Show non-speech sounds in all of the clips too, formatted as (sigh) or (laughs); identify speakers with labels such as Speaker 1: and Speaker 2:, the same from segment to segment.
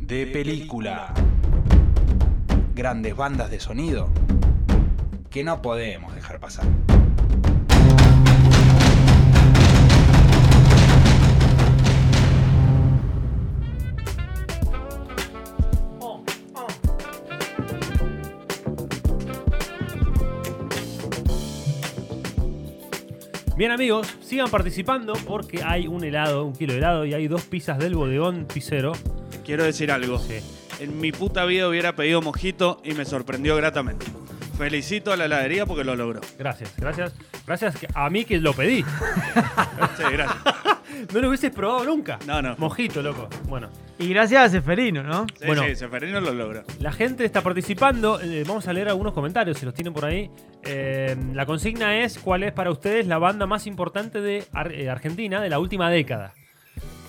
Speaker 1: de película. Grandes bandas de sonido que no podemos dejar pasar.
Speaker 2: Bien amigos, sigan participando porque hay un helado, un kilo de helado y hay dos pizzas del bodegón Picero.
Speaker 3: Quiero decir algo.
Speaker 2: Sí.
Speaker 3: En mi puta vida hubiera pedido mojito y me sorprendió gratamente. Felicito a la heladería porque lo
Speaker 4: (laughs)
Speaker 3: logró.
Speaker 2: Gracias, gracias. Gracias a mí que lo pedí. (laughs)
Speaker 3: Sí, gracias.
Speaker 2: No lo hubieses probado nunca.
Speaker 3: No, no.
Speaker 2: Mojito, loco. Bueno,
Speaker 4: Y gracias a Seferino, ¿no?
Speaker 3: Sí,
Speaker 2: Bueno.
Speaker 3: sí, Seferino lo logró.
Speaker 2: la gente está participando. Eh, vamos a leer algunos comentarios, si los tienen por ahí. Eh, la consigna es cuál es para ustedes la banda más importante de Ar- eh, Argentina de la última década.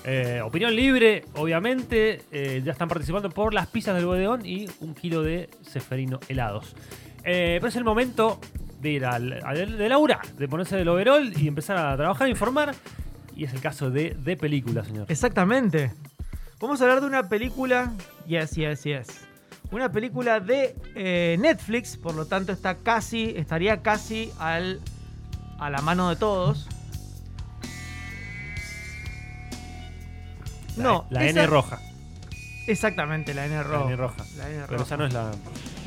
Speaker 2: Eh, opinión libre, obviamente. eh, ya están participando por las pizzas del bodeón y un kilo de ceferino helados. Eh, pero es el momento de ir al, al- de Laura, de ponerse del overall y empezar a trabajar, informar. Y es el caso de, de película, señor.
Speaker 4: Exactamente. Vamos a hablar de una película. Yes, yes, yes. Una película de eh, Netflix, por lo tanto está casi, estaría casi al, a la mano de todos.
Speaker 2: La- E,
Speaker 4: no,
Speaker 2: la
Speaker 4: esa-
Speaker 2: N roja.
Speaker 4: Exactamente, la N roja.
Speaker 2: La N roja.
Speaker 4: La N
Speaker 2: Pero
Speaker 4: roja.
Speaker 2: esa no es la.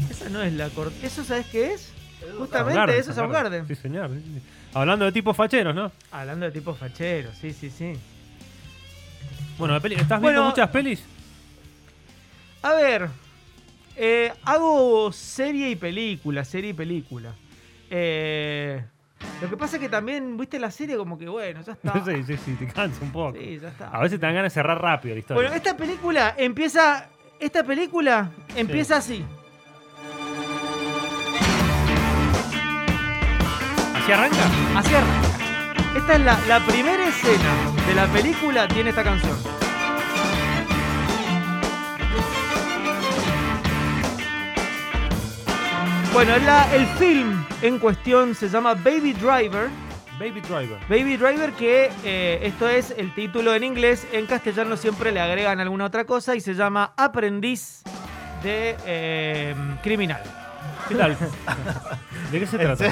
Speaker 4: Esa no es la corte. ¿Eso sabes qué es? Justamente
Speaker 2: Soundgarden,
Speaker 4: eso es Soundgarden.
Speaker 2: Soundgarden. Sí, señor. sí, sí. Hablando de tipos facheros, ¿no?
Speaker 4: Hablando de tipos facheros, sí, sí, sí.
Speaker 2: Bueno, la peli- ¿estás
Speaker 4: Bueno,
Speaker 2: viendo muchas pelis?
Speaker 4: A ver, eh, hago serie y película, serie y película. Eh, lo que pasa es que también, viste la serie como que, bueno, ya está.
Speaker 2: (laughs) sí, sí, sí, te cansa un poco.
Speaker 4: Sí, ya está.
Speaker 2: A veces te dan ganas de cerrar rápido la historia.
Speaker 4: Bueno, esta película empieza, esta película empieza así.
Speaker 2: ¿Así arranca?
Speaker 4: Así arranca. Esta es la, la primera escena de la película, tiene esta canción. Bueno, la- el film en cuestión se llama Baby Driver.
Speaker 2: Baby Driver.
Speaker 4: Baby Driver, que eh, esto es el título en inglés, en castellano siempre le agregan alguna otra cosa y se llama Aprendiz de eh, Criminal.
Speaker 2: ¿Qué tal? ¿De qué se trata?
Speaker 4: (laughs)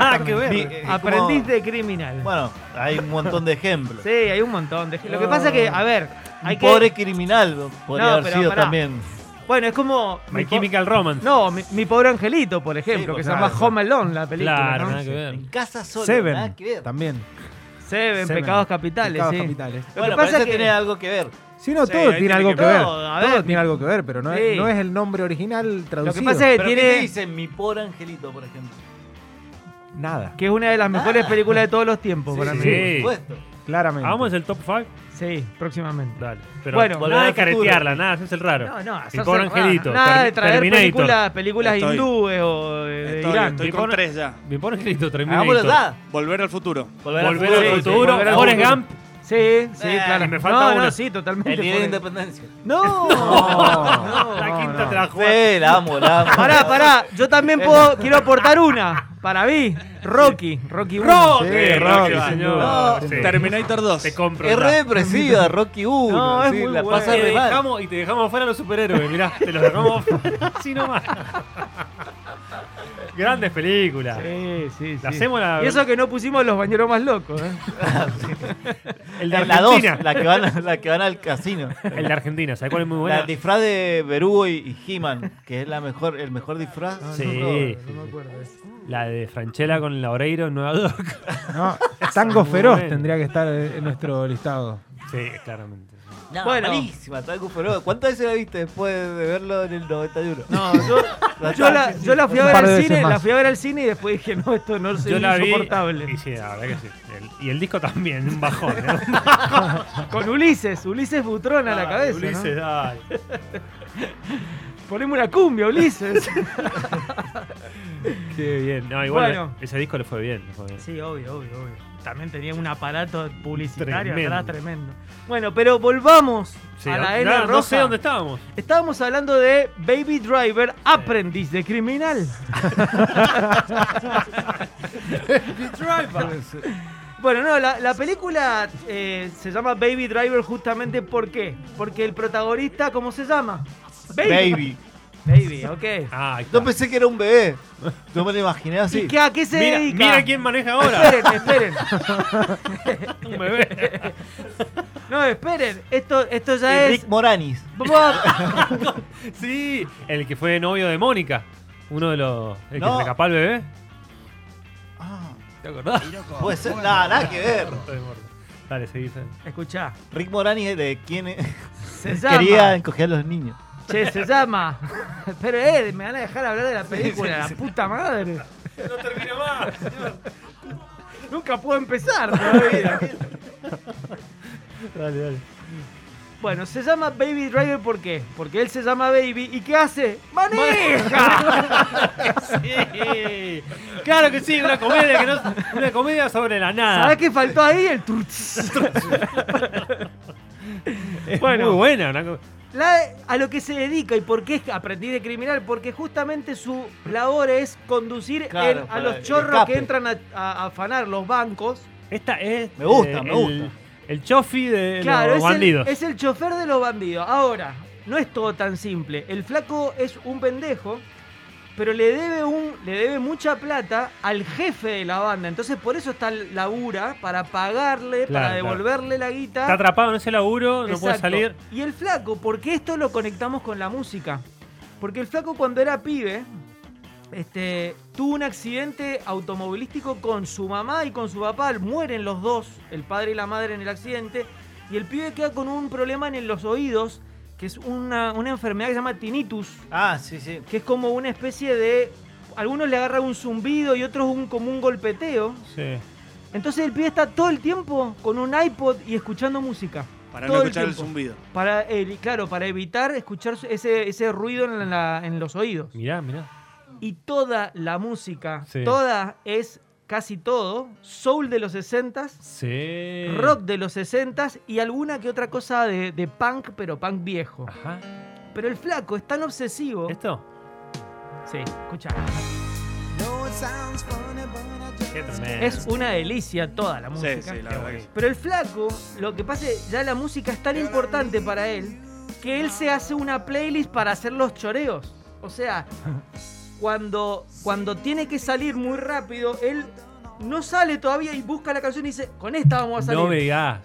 Speaker 4: Ah, qué
Speaker 5: ver. Eh, eh,
Speaker 4: Aprendiz
Speaker 5: como-
Speaker 4: de Criminal.
Speaker 5: Bueno, hay un montón de ejemplos.
Speaker 4: Sí, hay un montón. De... Lo que pasa es que, a ver, hay
Speaker 5: un
Speaker 4: que.
Speaker 5: pobre criminal podría
Speaker 4: No,
Speaker 5: haber
Speaker 4: pero
Speaker 5: sido
Speaker 4: pará.
Speaker 5: también.
Speaker 4: Bueno, es como.
Speaker 2: My
Speaker 4: po-
Speaker 2: Chemical Romance.
Speaker 4: No, mi, Mi pobre angelito, por ejemplo,
Speaker 5: Sí,
Speaker 4: que
Speaker 5: pues,
Speaker 4: se llama
Speaker 5: claro.
Speaker 4: Home Alone, la película.
Speaker 2: claro,
Speaker 4: ¿no?
Speaker 2: nada que ver.
Speaker 5: En casa solo,
Speaker 6: Seven
Speaker 5: nada que ver.
Speaker 6: también.
Speaker 4: Seven,
Speaker 6: Seven.
Speaker 4: Pecados Capitales,
Speaker 6: Pecados
Speaker 4: sí.
Speaker 6: capitales.
Speaker 4: Lo que pasa
Speaker 5: Bueno, pero
Speaker 4: es
Speaker 5: eso
Speaker 4: que.
Speaker 5: tiene algo que ver.
Speaker 6: Si no,
Speaker 3: Sí, ahí
Speaker 6: todo tiene
Speaker 3: tiene
Speaker 6: algo
Speaker 3: que
Speaker 6: que,
Speaker 4: ver.
Speaker 6: ver.
Speaker 4: Todo, a
Speaker 6: Todo
Speaker 4: ver.
Speaker 6: tiene algo que ver, pero no, es-
Speaker 4: Sí.
Speaker 6: no es el nombre original
Speaker 4: Lo
Speaker 6: traducido.
Speaker 4: que pasa es que
Speaker 5: Pero ¿qué te
Speaker 4: tiene.
Speaker 5: dicen mi pobre angelito, por ejemplo?
Speaker 6: Nada,
Speaker 4: Que es una de las mejores
Speaker 5: Ah.
Speaker 4: películas de todos los tiempos para
Speaker 2: sí.
Speaker 4: mí.
Speaker 2: Sí.
Speaker 5: Por supuesto.
Speaker 6: claramente.
Speaker 2: Hagamos el top 5.
Speaker 4: Sí, próximamente.
Speaker 2: Dale. Pero
Speaker 4: Bueno,
Speaker 2: nada
Speaker 5: Volver
Speaker 2: de
Speaker 5: al futuro.
Speaker 2: caretearla, nada, es el raro.
Speaker 4: No, no,
Speaker 2: Mi
Speaker 4: sos
Speaker 2: pobre
Speaker 4: el-
Speaker 2: angelito.
Speaker 4: Nada de
Speaker 2: Termi-
Speaker 4: traer
Speaker 2: Terminator.
Speaker 4: películas, películas
Speaker 3: Estoy.
Speaker 4: hindúes o de, de
Speaker 3: Estoy,
Speaker 4: Eh, Irán.
Speaker 3: estoy
Speaker 2: Mi
Speaker 3: con
Speaker 2: pobre-
Speaker 3: tres ya.
Speaker 2: Mi pobre angelito,
Speaker 5: Hagámoslo
Speaker 2: Terminator.
Speaker 5: ya.
Speaker 3: Volver al futuro.
Speaker 2: Volver
Speaker 4: Sí,
Speaker 2: al
Speaker 4: sí,
Speaker 2: futuro.
Speaker 4: volver al
Speaker 2: Forrest
Speaker 4: futuro.
Speaker 2: Gump.
Speaker 4: Sí, sí,
Speaker 5: Eh,
Speaker 4: claro.
Speaker 2: me falta
Speaker 4: no,
Speaker 2: una.
Speaker 4: no, sí, totalmente.
Speaker 5: El día de
Speaker 4: por-
Speaker 5: independencia.
Speaker 4: No.
Speaker 6: No,
Speaker 2: (laughs) La
Speaker 6: no,
Speaker 2: quinta
Speaker 6: no.
Speaker 2: te la jugaste.
Speaker 5: Sí, la amo, la amo.
Speaker 4: Pará, pará, yo también puedo, quiero aportar una. Para mí, Rocky, Rocky 1.
Speaker 2: Rocky,
Speaker 6: Sí,
Speaker 2: Rocky,
Speaker 6: Rocky,
Speaker 2: señor.
Speaker 5: no,
Speaker 2: Sí.
Speaker 3: Terminator 2.
Speaker 2: Te compro.
Speaker 5: Es
Speaker 2: ya.
Speaker 5: re depresiva, Rocky 1.
Speaker 4: No, es
Speaker 5: sí,
Speaker 4: muy
Speaker 5: la
Speaker 4: buena.
Speaker 5: pasa
Speaker 2: Te
Speaker 5: re mal.
Speaker 2: Eh, dejamos, y te dejamos fuera a los superhéroes, mirá, te los dejamos fuera así nomás. Grandes películas.
Speaker 4: Sí, sí, sí.
Speaker 2: La hacemos la-
Speaker 4: Y eso que no pusimos los bañeros más locos. ¿eh?
Speaker 2: El de
Speaker 5: La 2,
Speaker 2: Argentina.
Speaker 5: la, que van a- la que van
Speaker 2: (laughs)
Speaker 5: al casino.
Speaker 2: El de Argentina, ¿sabes cuál es muy
Speaker 5: La
Speaker 2: buena?
Speaker 5: del disfraz de Berugo y, y He-Man, que es la mejor, el mejor disfraz.
Speaker 2: Sí,
Speaker 6: No me acuerdo de eso.
Speaker 2: la de Franchella con Laureiro en Nueva York.
Speaker 4: (laughs)
Speaker 6: No, Tango
Speaker 2: Muy
Speaker 6: Feroz
Speaker 2: bueno.
Speaker 6: tendría que estar en nuestro listado.
Speaker 2: Sí, claramente.
Speaker 5: No,
Speaker 4: Bueno.
Speaker 5: malísima, está recuperado. ¿Cuántas veces la viste después de verlo en el 91?
Speaker 4: No, yo, yo la, yo la fui a
Speaker 6: Un
Speaker 4: ver
Speaker 6: par de
Speaker 4: al
Speaker 6: veces
Speaker 4: cine, la
Speaker 6: más.
Speaker 4: fui a ver al cine y después dije, no, esto no es
Speaker 2: Yo la vi.
Speaker 4: insoportable.
Speaker 2: Y sí, la verdad que sí. El- y el disco también, un bajón. ¿eh?
Speaker 4: Con Ulises, Ulises Butrón a la
Speaker 2: Ay,
Speaker 4: cabeza. ¿no?
Speaker 2: Ah, Ulises, dale.
Speaker 4: Poneme una cumbia,
Speaker 2: (laughs)
Speaker 4: Ulises.
Speaker 2: Qué bien. No, igual
Speaker 4: Bueno.
Speaker 2: ese disco le fue bien. le fue bien.
Speaker 4: Sí, obvio, obvio, obvio. También tenía un aparato publicitario
Speaker 2: Tremendo.
Speaker 4: atrás tremendo. Bueno, pero volvamos
Speaker 2: Sí,
Speaker 4: a
Speaker 2: no-
Speaker 4: la N
Speaker 2: no,
Speaker 4: roja.
Speaker 2: no sé dónde estábamos.
Speaker 4: Estábamos hablando de Baby Driver, aprendiz de criminal. Bueno, no, la, la película eh, se llama Baby Driver justamente ¿por qué? Porque el protagonista, ¿cómo se llama?
Speaker 5: Baby.
Speaker 4: Baby, ok.
Speaker 2: Ah, ahí está.
Speaker 5: Yo pensé que era un bebé. No me lo imaginé
Speaker 4: ¿Y
Speaker 5: así.
Speaker 4: qué, a qué se
Speaker 2: mira,
Speaker 4: dedica?
Speaker 2: mira quién maneja
Speaker 4: (laughs)
Speaker 2: ahora.
Speaker 4: Esperen, esperen.
Speaker 2: un bebé.
Speaker 4: No, esperen. Esto, esto ya
Speaker 5: Rick
Speaker 4: es.
Speaker 5: Moranis.
Speaker 2: sí, el que fue novio de Mónica. Uno de los. El que
Speaker 5: No.
Speaker 2: se capaz el bebé.
Speaker 5: Ah,
Speaker 2: ¿Te acordás?
Speaker 5: puede ser. Nada, nada que ver.
Speaker 2: Dale, seguí. Fer.
Speaker 4: (laughs) Escuchá.
Speaker 5: Rick Moranis es de quien
Speaker 4: Se llama.
Speaker 5: quería encoger a los niños.
Speaker 4: Che, se llama. Pero, eh, me van a dejar hablar de la película, la puta madre.
Speaker 2: No termina más.
Speaker 4: Nunca
Speaker 2: (laughs)
Speaker 4: puedo empezar todavía.
Speaker 2: Dale, dale.
Speaker 4: Bueno, se llama Baby Driver ¿por qué? Porque él se llama Baby y ¿qué hace? ¡Maneja!
Speaker 2: (laughs) Sí. Claro que sí, una comedia que no, una comedia sobre la nada.
Speaker 4: ¿Sabés qué faltó ahí? El turts.
Speaker 2: Es
Speaker 4: Bueno.
Speaker 2: Muy buena. una co-
Speaker 4: La- a lo que se dedica y por qué es aprendí de criminal, porque justamente su labor es conducir
Speaker 5: Claro,
Speaker 4: el- a
Speaker 5: para
Speaker 4: los
Speaker 5: el
Speaker 4: chorros
Speaker 5: escape.
Speaker 4: que entran a, a- a afanar los bancos.
Speaker 2: Esta es. eh,
Speaker 5: Me gusta, me
Speaker 2: el-
Speaker 5: gusta.
Speaker 2: El chofi de
Speaker 4: Claro,
Speaker 2: los
Speaker 4: es el,
Speaker 2: bandidos.
Speaker 4: es el chofer de los bandidos. Ahora, no es todo tan simple. El flaco es un pendejo, pero le debe, un, le debe mucha plata al jefe de la banda. Entonces, por eso está labura, para pagarle, para
Speaker 2: Claro, claro.
Speaker 4: devolverle la guita.
Speaker 2: Está atrapado en ese laburo, no puede
Speaker 4: Exacto.
Speaker 2: salir.
Speaker 4: Y el flaco, porque esto lo conectamos con la música. Porque el flaco cuando era pibe, este, tuvo un accidente automovilístico con su mamá y con su papá. Mueren los dos, el padre y la madre en el accidente. Y el pibe queda con un problema en los oídos, que es una, una enfermedad que se llama tinnitus
Speaker 5: Ah, sí, sí.
Speaker 4: que es como una especie de. Algunos le agarra un zumbido y otros un, como un golpeteo.
Speaker 2: Sí.
Speaker 4: Entonces el pibe está todo el tiempo con un iPod y escuchando música.
Speaker 3: Para
Speaker 4: Todo
Speaker 3: no
Speaker 4: el
Speaker 3: escuchar el,
Speaker 4: tiempo.
Speaker 3: zumbido.
Speaker 4: Para el- claro, para evitar escuchar su- ese, ese ruido en, la- en los oídos.
Speaker 2: Mirá, mirá.
Speaker 4: Y toda la música,
Speaker 2: Sí.
Speaker 4: toda es casi todo, soul de los 60s,
Speaker 2: Sí.
Speaker 4: rock de los 60s y alguna que otra cosa de, de punk, pero punk viejo.
Speaker 2: Ajá.
Speaker 4: Pero el flaco es tan obsesivo.
Speaker 2: ¿Esto?
Speaker 4: Sí, escucha.
Speaker 2: Qué tremendo.
Speaker 4: Es una delicia toda la música.
Speaker 3: Sí, sí, la verdad que sí.
Speaker 4: Pero el flaco, lo que pasa es ya la música es tan importante para él que él se hace una playlist para hacer los choreos. O sea, cuando, cuando tiene que salir muy rápido, él no sale todavía y busca la canción y dice, con esta vamos a
Speaker 2: No
Speaker 4: salir.
Speaker 2: me digas.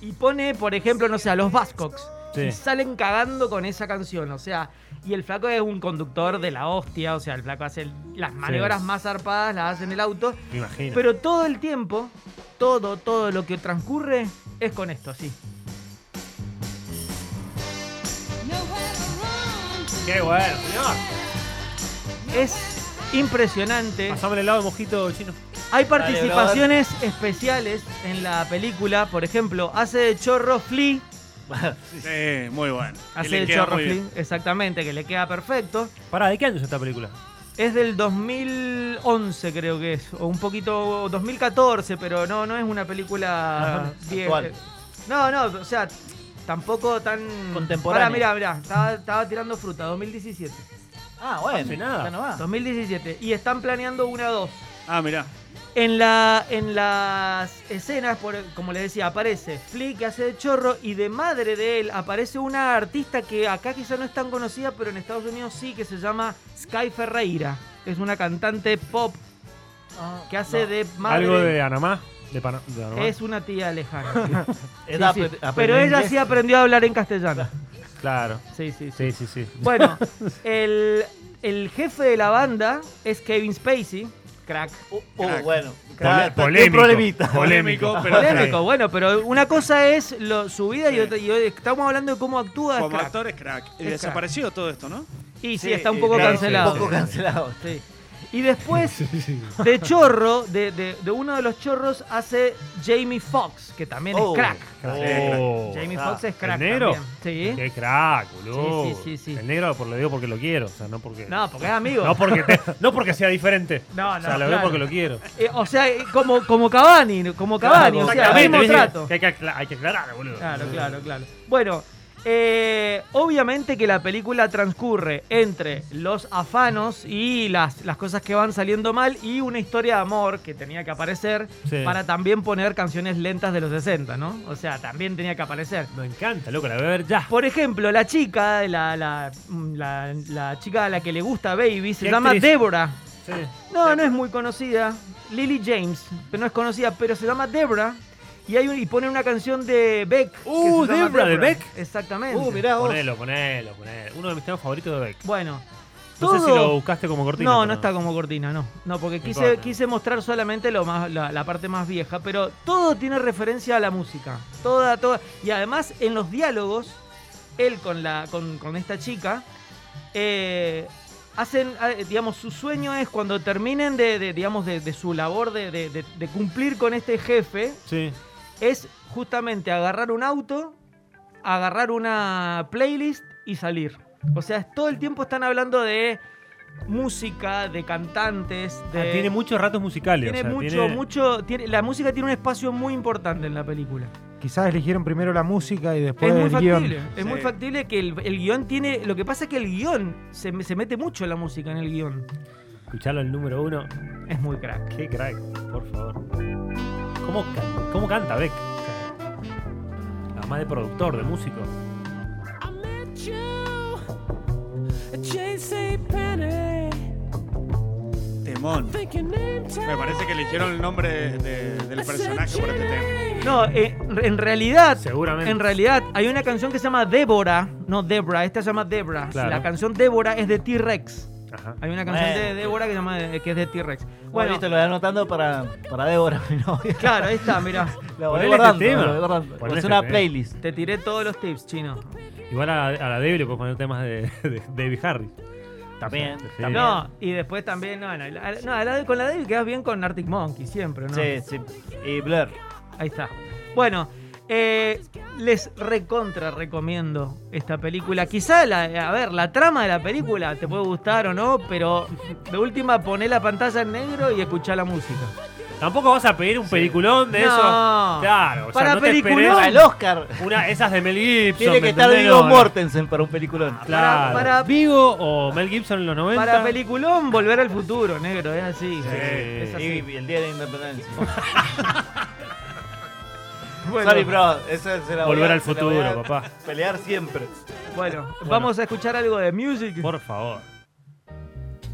Speaker 4: y pone, por ejemplo, no sé, a los Bascox.
Speaker 2: Sí.
Speaker 4: Y salen cagando con esa canción, o sea, y el flaco es un conductor de la hostia, o sea, el flaco hace el- las maniobras más zarpadas, las hace en el auto,
Speaker 2: Me imagino.
Speaker 4: pero todo el tiempo, todo, todo lo que transcurre es con esto, sí.
Speaker 2: Qué bueno, señor.
Speaker 4: Es impresionante.
Speaker 2: Pasame el helado de mojito chino.
Speaker 4: Hay participaciones especiales en la película. Por ejemplo, hace de chorro Flea.
Speaker 3: Sí, muy bueno. Y
Speaker 4: Hace
Speaker 3: le
Speaker 4: de
Speaker 3: queda
Speaker 4: chorro
Speaker 3: muy bien.
Speaker 4: Flea, exactamente, que le queda perfecto.
Speaker 2: Pará, ¿de qué año es esta película?
Speaker 4: Es del 2011 creo que es, o un poquito o 2014, pero no, no es una película vieja.
Speaker 5: actual.
Speaker 4: No, no, o sea, tampoco tan...
Speaker 5: Contemporánea.
Speaker 4: Pará, mirá, mirá, estaba, estaba tirando fruta, 2017.
Speaker 5: Ah, bueno.
Speaker 2: Hace nada.
Speaker 5: ya no va.
Speaker 4: 2017. Y están planeando una 2.
Speaker 3: Ah, mirá.
Speaker 4: En, la, en las escenas, por, como les decía, aparece Flick que hace de chorro y de madre de él aparece una artista que acá quizá no es tan conocida, pero en Estados Unidos sí, que se llama Sky Ferreira. Es una cantante pop
Speaker 5: Ah,
Speaker 4: que hace
Speaker 5: no.
Speaker 4: de madre.
Speaker 2: Algo de Anamá. De, Pana- de Anamá.
Speaker 4: Es una tía lejana. (laughs) Sí,
Speaker 5: Es
Speaker 4: sí.
Speaker 5: ap- aprender
Speaker 4: Pero ella
Speaker 5: inglés.
Speaker 4: sí aprendió a hablar en castellano.
Speaker 2: Claro.
Speaker 4: (laughs) Sí, sí, sí.
Speaker 2: Sí, sí, sí.
Speaker 4: Bueno, el, el jefe de la banda es Kevin Spacey, crack.
Speaker 5: Uh, uh, bueno.
Speaker 2: Pole-
Speaker 5: Claro, tiene
Speaker 2: polémico.
Speaker 5: problemita.
Speaker 2: Polémico, pero.
Speaker 4: Polémico, bueno, pero una cosa es lo- su vida y, otra, y hoy estamos hablando de cómo actúa. es
Speaker 3: Como
Speaker 4: crack.
Speaker 3: actor es crack. Y
Speaker 4: Es
Speaker 3: desapareció todo esto, ¿no?
Speaker 4: Y sí, está un
Speaker 5: eh,
Speaker 4: poco
Speaker 5: claro,
Speaker 4: cancelado.
Speaker 5: Un poco cancelado.
Speaker 4: Sí. Y después, de chorro, de, de- de uno de los chorros, hace Jamie Foxx, que también
Speaker 5: Oh.
Speaker 4: es crack.
Speaker 2: Oh.
Speaker 4: Jamie
Speaker 5: Ah,
Speaker 4: Foxx es crack.
Speaker 2: ¿El negro?
Speaker 4: también. Sí.
Speaker 2: Qué crack, boludo.
Speaker 4: Sí, sí, sí, sí.
Speaker 2: El negro por, lo digo porque lo quiero. O sea, no porque.
Speaker 4: No, porque es amigo.
Speaker 2: No porque,
Speaker 4: (laughs)
Speaker 2: te- no porque sea diferente.
Speaker 4: No, no,
Speaker 2: O sea, lo veo
Speaker 4: claro.
Speaker 2: porque lo quiero.
Speaker 4: Eh, o sea, eh, como, como Cavani, como Cavani, o sea,
Speaker 2: Exactamente,
Speaker 4: mismo
Speaker 2: ¿viste?
Speaker 4: trato.
Speaker 2: Que hay, que acla- hay que aclarar, boludo.
Speaker 4: Claro, claro, claro. Bueno, Eh, obviamente que la película transcurre entre los afanos y las, las cosas que van saliendo mal y una historia de amor que tenía que aparecer
Speaker 2: Sí.
Speaker 4: para también poner canciones lentas de los 60, ¿no? O sea, también tenía que aparecer.
Speaker 2: Me encanta, loco, la voy a ver ya.
Speaker 4: Por ejemplo, la chica, la, la- la- la chica a la que le gusta Baby, se
Speaker 2: ¿Qué
Speaker 4: llama
Speaker 2: actriz?
Speaker 4: Débora.
Speaker 2: Sí.
Speaker 4: No, no es muy conocida. Lily James, pero no es conocida, pero se llama Debra. Y, hay un- y pone una canción de Beck. que
Speaker 2: Uh,
Speaker 4: se llama
Speaker 2: Debra, de
Speaker 4: Debra.
Speaker 2: Beck.
Speaker 4: Exactamente.
Speaker 5: Uh, mirá vos.
Speaker 2: Ponelo, ponelo, ponelo. Uno de mis temas favoritos de Beck.
Speaker 4: Bueno,
Speaker 2: No
Speaker 4: todo...
Speaker 2: sé si lo buscaste como cortina.
Speaker 4: no,
Speaker 2: pero
Speaker 4: no está como cortina, no. No, porque
Speaker 2: No
Speaker 4: quise,
Speaker 2: importa.
Speaker 4: quise mostrar solamente lo más, la, la parte más vieja, pero todo tiene referencia a la música. Toda, toda. Y además en los diálogos, él con, la, con, con esta chica, eh, hacen, eh, digamos, su sueño es cuando terminen de, de, digamos, de, de su labor de, de- de- de cumplir con este jefe,
Speaker 2: Sí.
Speaker 4: es justamente agarrar un auto, agarrar una playlist y salir. O sea, todo el tiempo están hablando de música, de cantantes, de...
Speaker 2: Ah, tiene muchos ratos musicales.
Speaker 4: Eh, tiene
Speaker 2: o sea,
Speaker 4: mucho,
Speaker 2: tiene-
Speaker 4: mucho... tiene- la música tiene un espacio muy importante en la película.
Speaker 6: Quizás eligieron primero la música y después
Speaker 4: es muy
Speaker 6: el guión.
Speaker 4: factible. Es muy factible que el, el guión tiene... Lo que pasa es que el guión se, se mete mucho en la música, en el guión.
Speaker 2: Escucharlo al número uno.
Speaker 4: Es muy crack.
Speaker 2: Qué crack, por favor. ¿Cómo, can- cómo canta Beck? O sea, Además de productor, de músico.
Speaker 7: I met you at J.C. Penney.
Speaker 3: Temón.
Speaker 7: Think your name tag.
Speaker 3: Me parece que eligieron el nombre de- de- del personaje por este tema.
Speaker 4: No, eh, en realidad...
Speaker 2: Seguramente.
Speaker 4: En realidad, hay una canción que se llama Débora, no Debra, esta se llama Debra.
Speaker 2: Claro.
Speaker 4: La canción Débora es de T-Rex.
Speaker 2: Ajá.
Speaker 4: Hay una canción
Speaker 5: Bueno.
Speaker 4: de Débora que, se llama, que es de T-Rex.
Speaker 5: Bueno,
Speaker 4: Bueno,
Speaker 5: listo, lo voy anotando para, para Débora, (laughs) mi novia.
Speaker 4: claro, ahí
Speaker 5: (laughs)
Speaker 4: está, mira.
Speaker 5: La voy
Speaker 2: Ponele este
Speaker 5: guardando,
Speaker 2: tema.
Speaker 5: la voy guardando.
Speaker 2: Ponele
Speaker 5: Voy a hacer
Speaker 2: este
Speaker 5: una
Speaker 2: tema.
Speaker 5: playlist.
Speaker 4: Te tiré todos los tips, chino.
Speaker 2: Igual a, a la Debbie le puedes poner temas de, de David Harris.
Speaker 5: También,
Speaker 2: Sí.
Speaker 5: también.
Speaker 4: No, y después también, no, no, la- no, a la- con la Debbie quedas bien con Arctic Monkey siempre, ¿no?
Speaker 5: Sí, sí. Y Blur.
Speaker 4: Ahí está. Bueno, eh, les recontra recomiendo esta película. Quizá, la, a ver, la trama de la película te puede gustar o no, pero de última poné la pantalla en negro y escuchá la música.
Speaker 2: Tampoco vas a pedir un peliculón de
Speaker 4: No.
Speaker 2: eso. Claro, o sea,
Speaker 4: Para
Speaker 2: no te esperes
Speaker 4: peliculón.
Speaker 5: Para el Oscar.
Speaker 2: Una, esas de Mel Gibson.
Speaker 5: Tiene que
Speaker 2: ¿me
Speaker 5: estar
Speaker 2: entendés?
Speaker 5: Vigo
Speaker 2: No, no.
Speaker 5: Mortensen para un peliculón.
Speaker 2: Ah, Claro.
Speaker 4: Para- para-
Speaker 2: Vigo o Mel Gibson en los 90.
Speaker 4: Para peliculón, volver al futuro, negro, es así. Es
Speaker 5: Y
Speaker 4: así.
Speaker 5: el día de la independencia.
Speaker 4: Bueno.
Speaker 5: Sorry, bro. Esa se la voy
Speaker 2: Volver
Speaker 5: a-
Speaker 2: al
Speaker 5: se la voy a
Speaker 2: futuro, papá.
Speaker 5: Pelear siempre.
Speaker 4: Bueno, vamos a escuchar algo de music.
Speaker 2: Por favor.